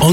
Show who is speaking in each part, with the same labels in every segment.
Speaker 1: en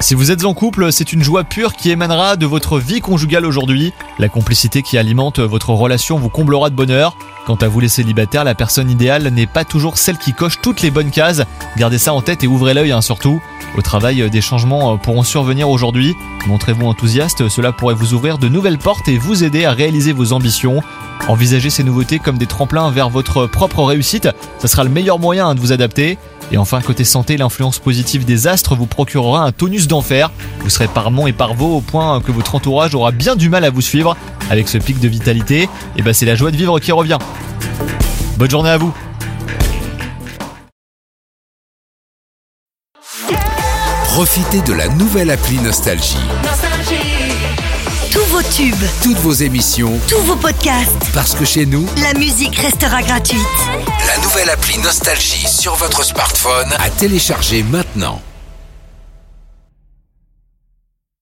Speaker 2: Si vous êtes en couple, c'est une joie pure qui émanera de votre vie conjugale aujourd'hui. La complicité qui alimente votre relation vous comblera de bonheur. Quant à vous les célibataires, la personne idéale n'est pas toujours celle qui coche toutes les bonnes cases. Gardez ça en tête et ouvrez l'œil hein, surtout. Au travail, euh, des changements euh, pourront survenir aujourd'hui. Montrez-vous enthousiaste, cela pourrait vous ouvrir de nouvelles portes et vous aider à réaliser vos ambitions. Envisagez ces nouveautés comme des tremplins vers votre propre réussite, ça sera le meilleur moyen hein, de vous adapter. Et enfin, côté santé, l'influence positive des astres vous procurera un tonus d'enfer. Vous serez par mont et par veau au point que votre entourage aura bien du mal à vous suivre. Avec ce pic de vitalité, et ben c'est la joie de vivre qui revient. Bonne journée à vous
Speaker 1: Profitez de la nouvelle appli Nostalgie.
Speaker 3: Tous vos tubes,
Speaker 1: Toutes vos émissions,
Speaker 3: tous vos podcasts,
Speaker 1: parce que chez nous,
Speaker 3: la musique restera gratuite.
Speaker 1: la nouvelle appli Nostalgie sur votre smartphone à télécharger maintenant.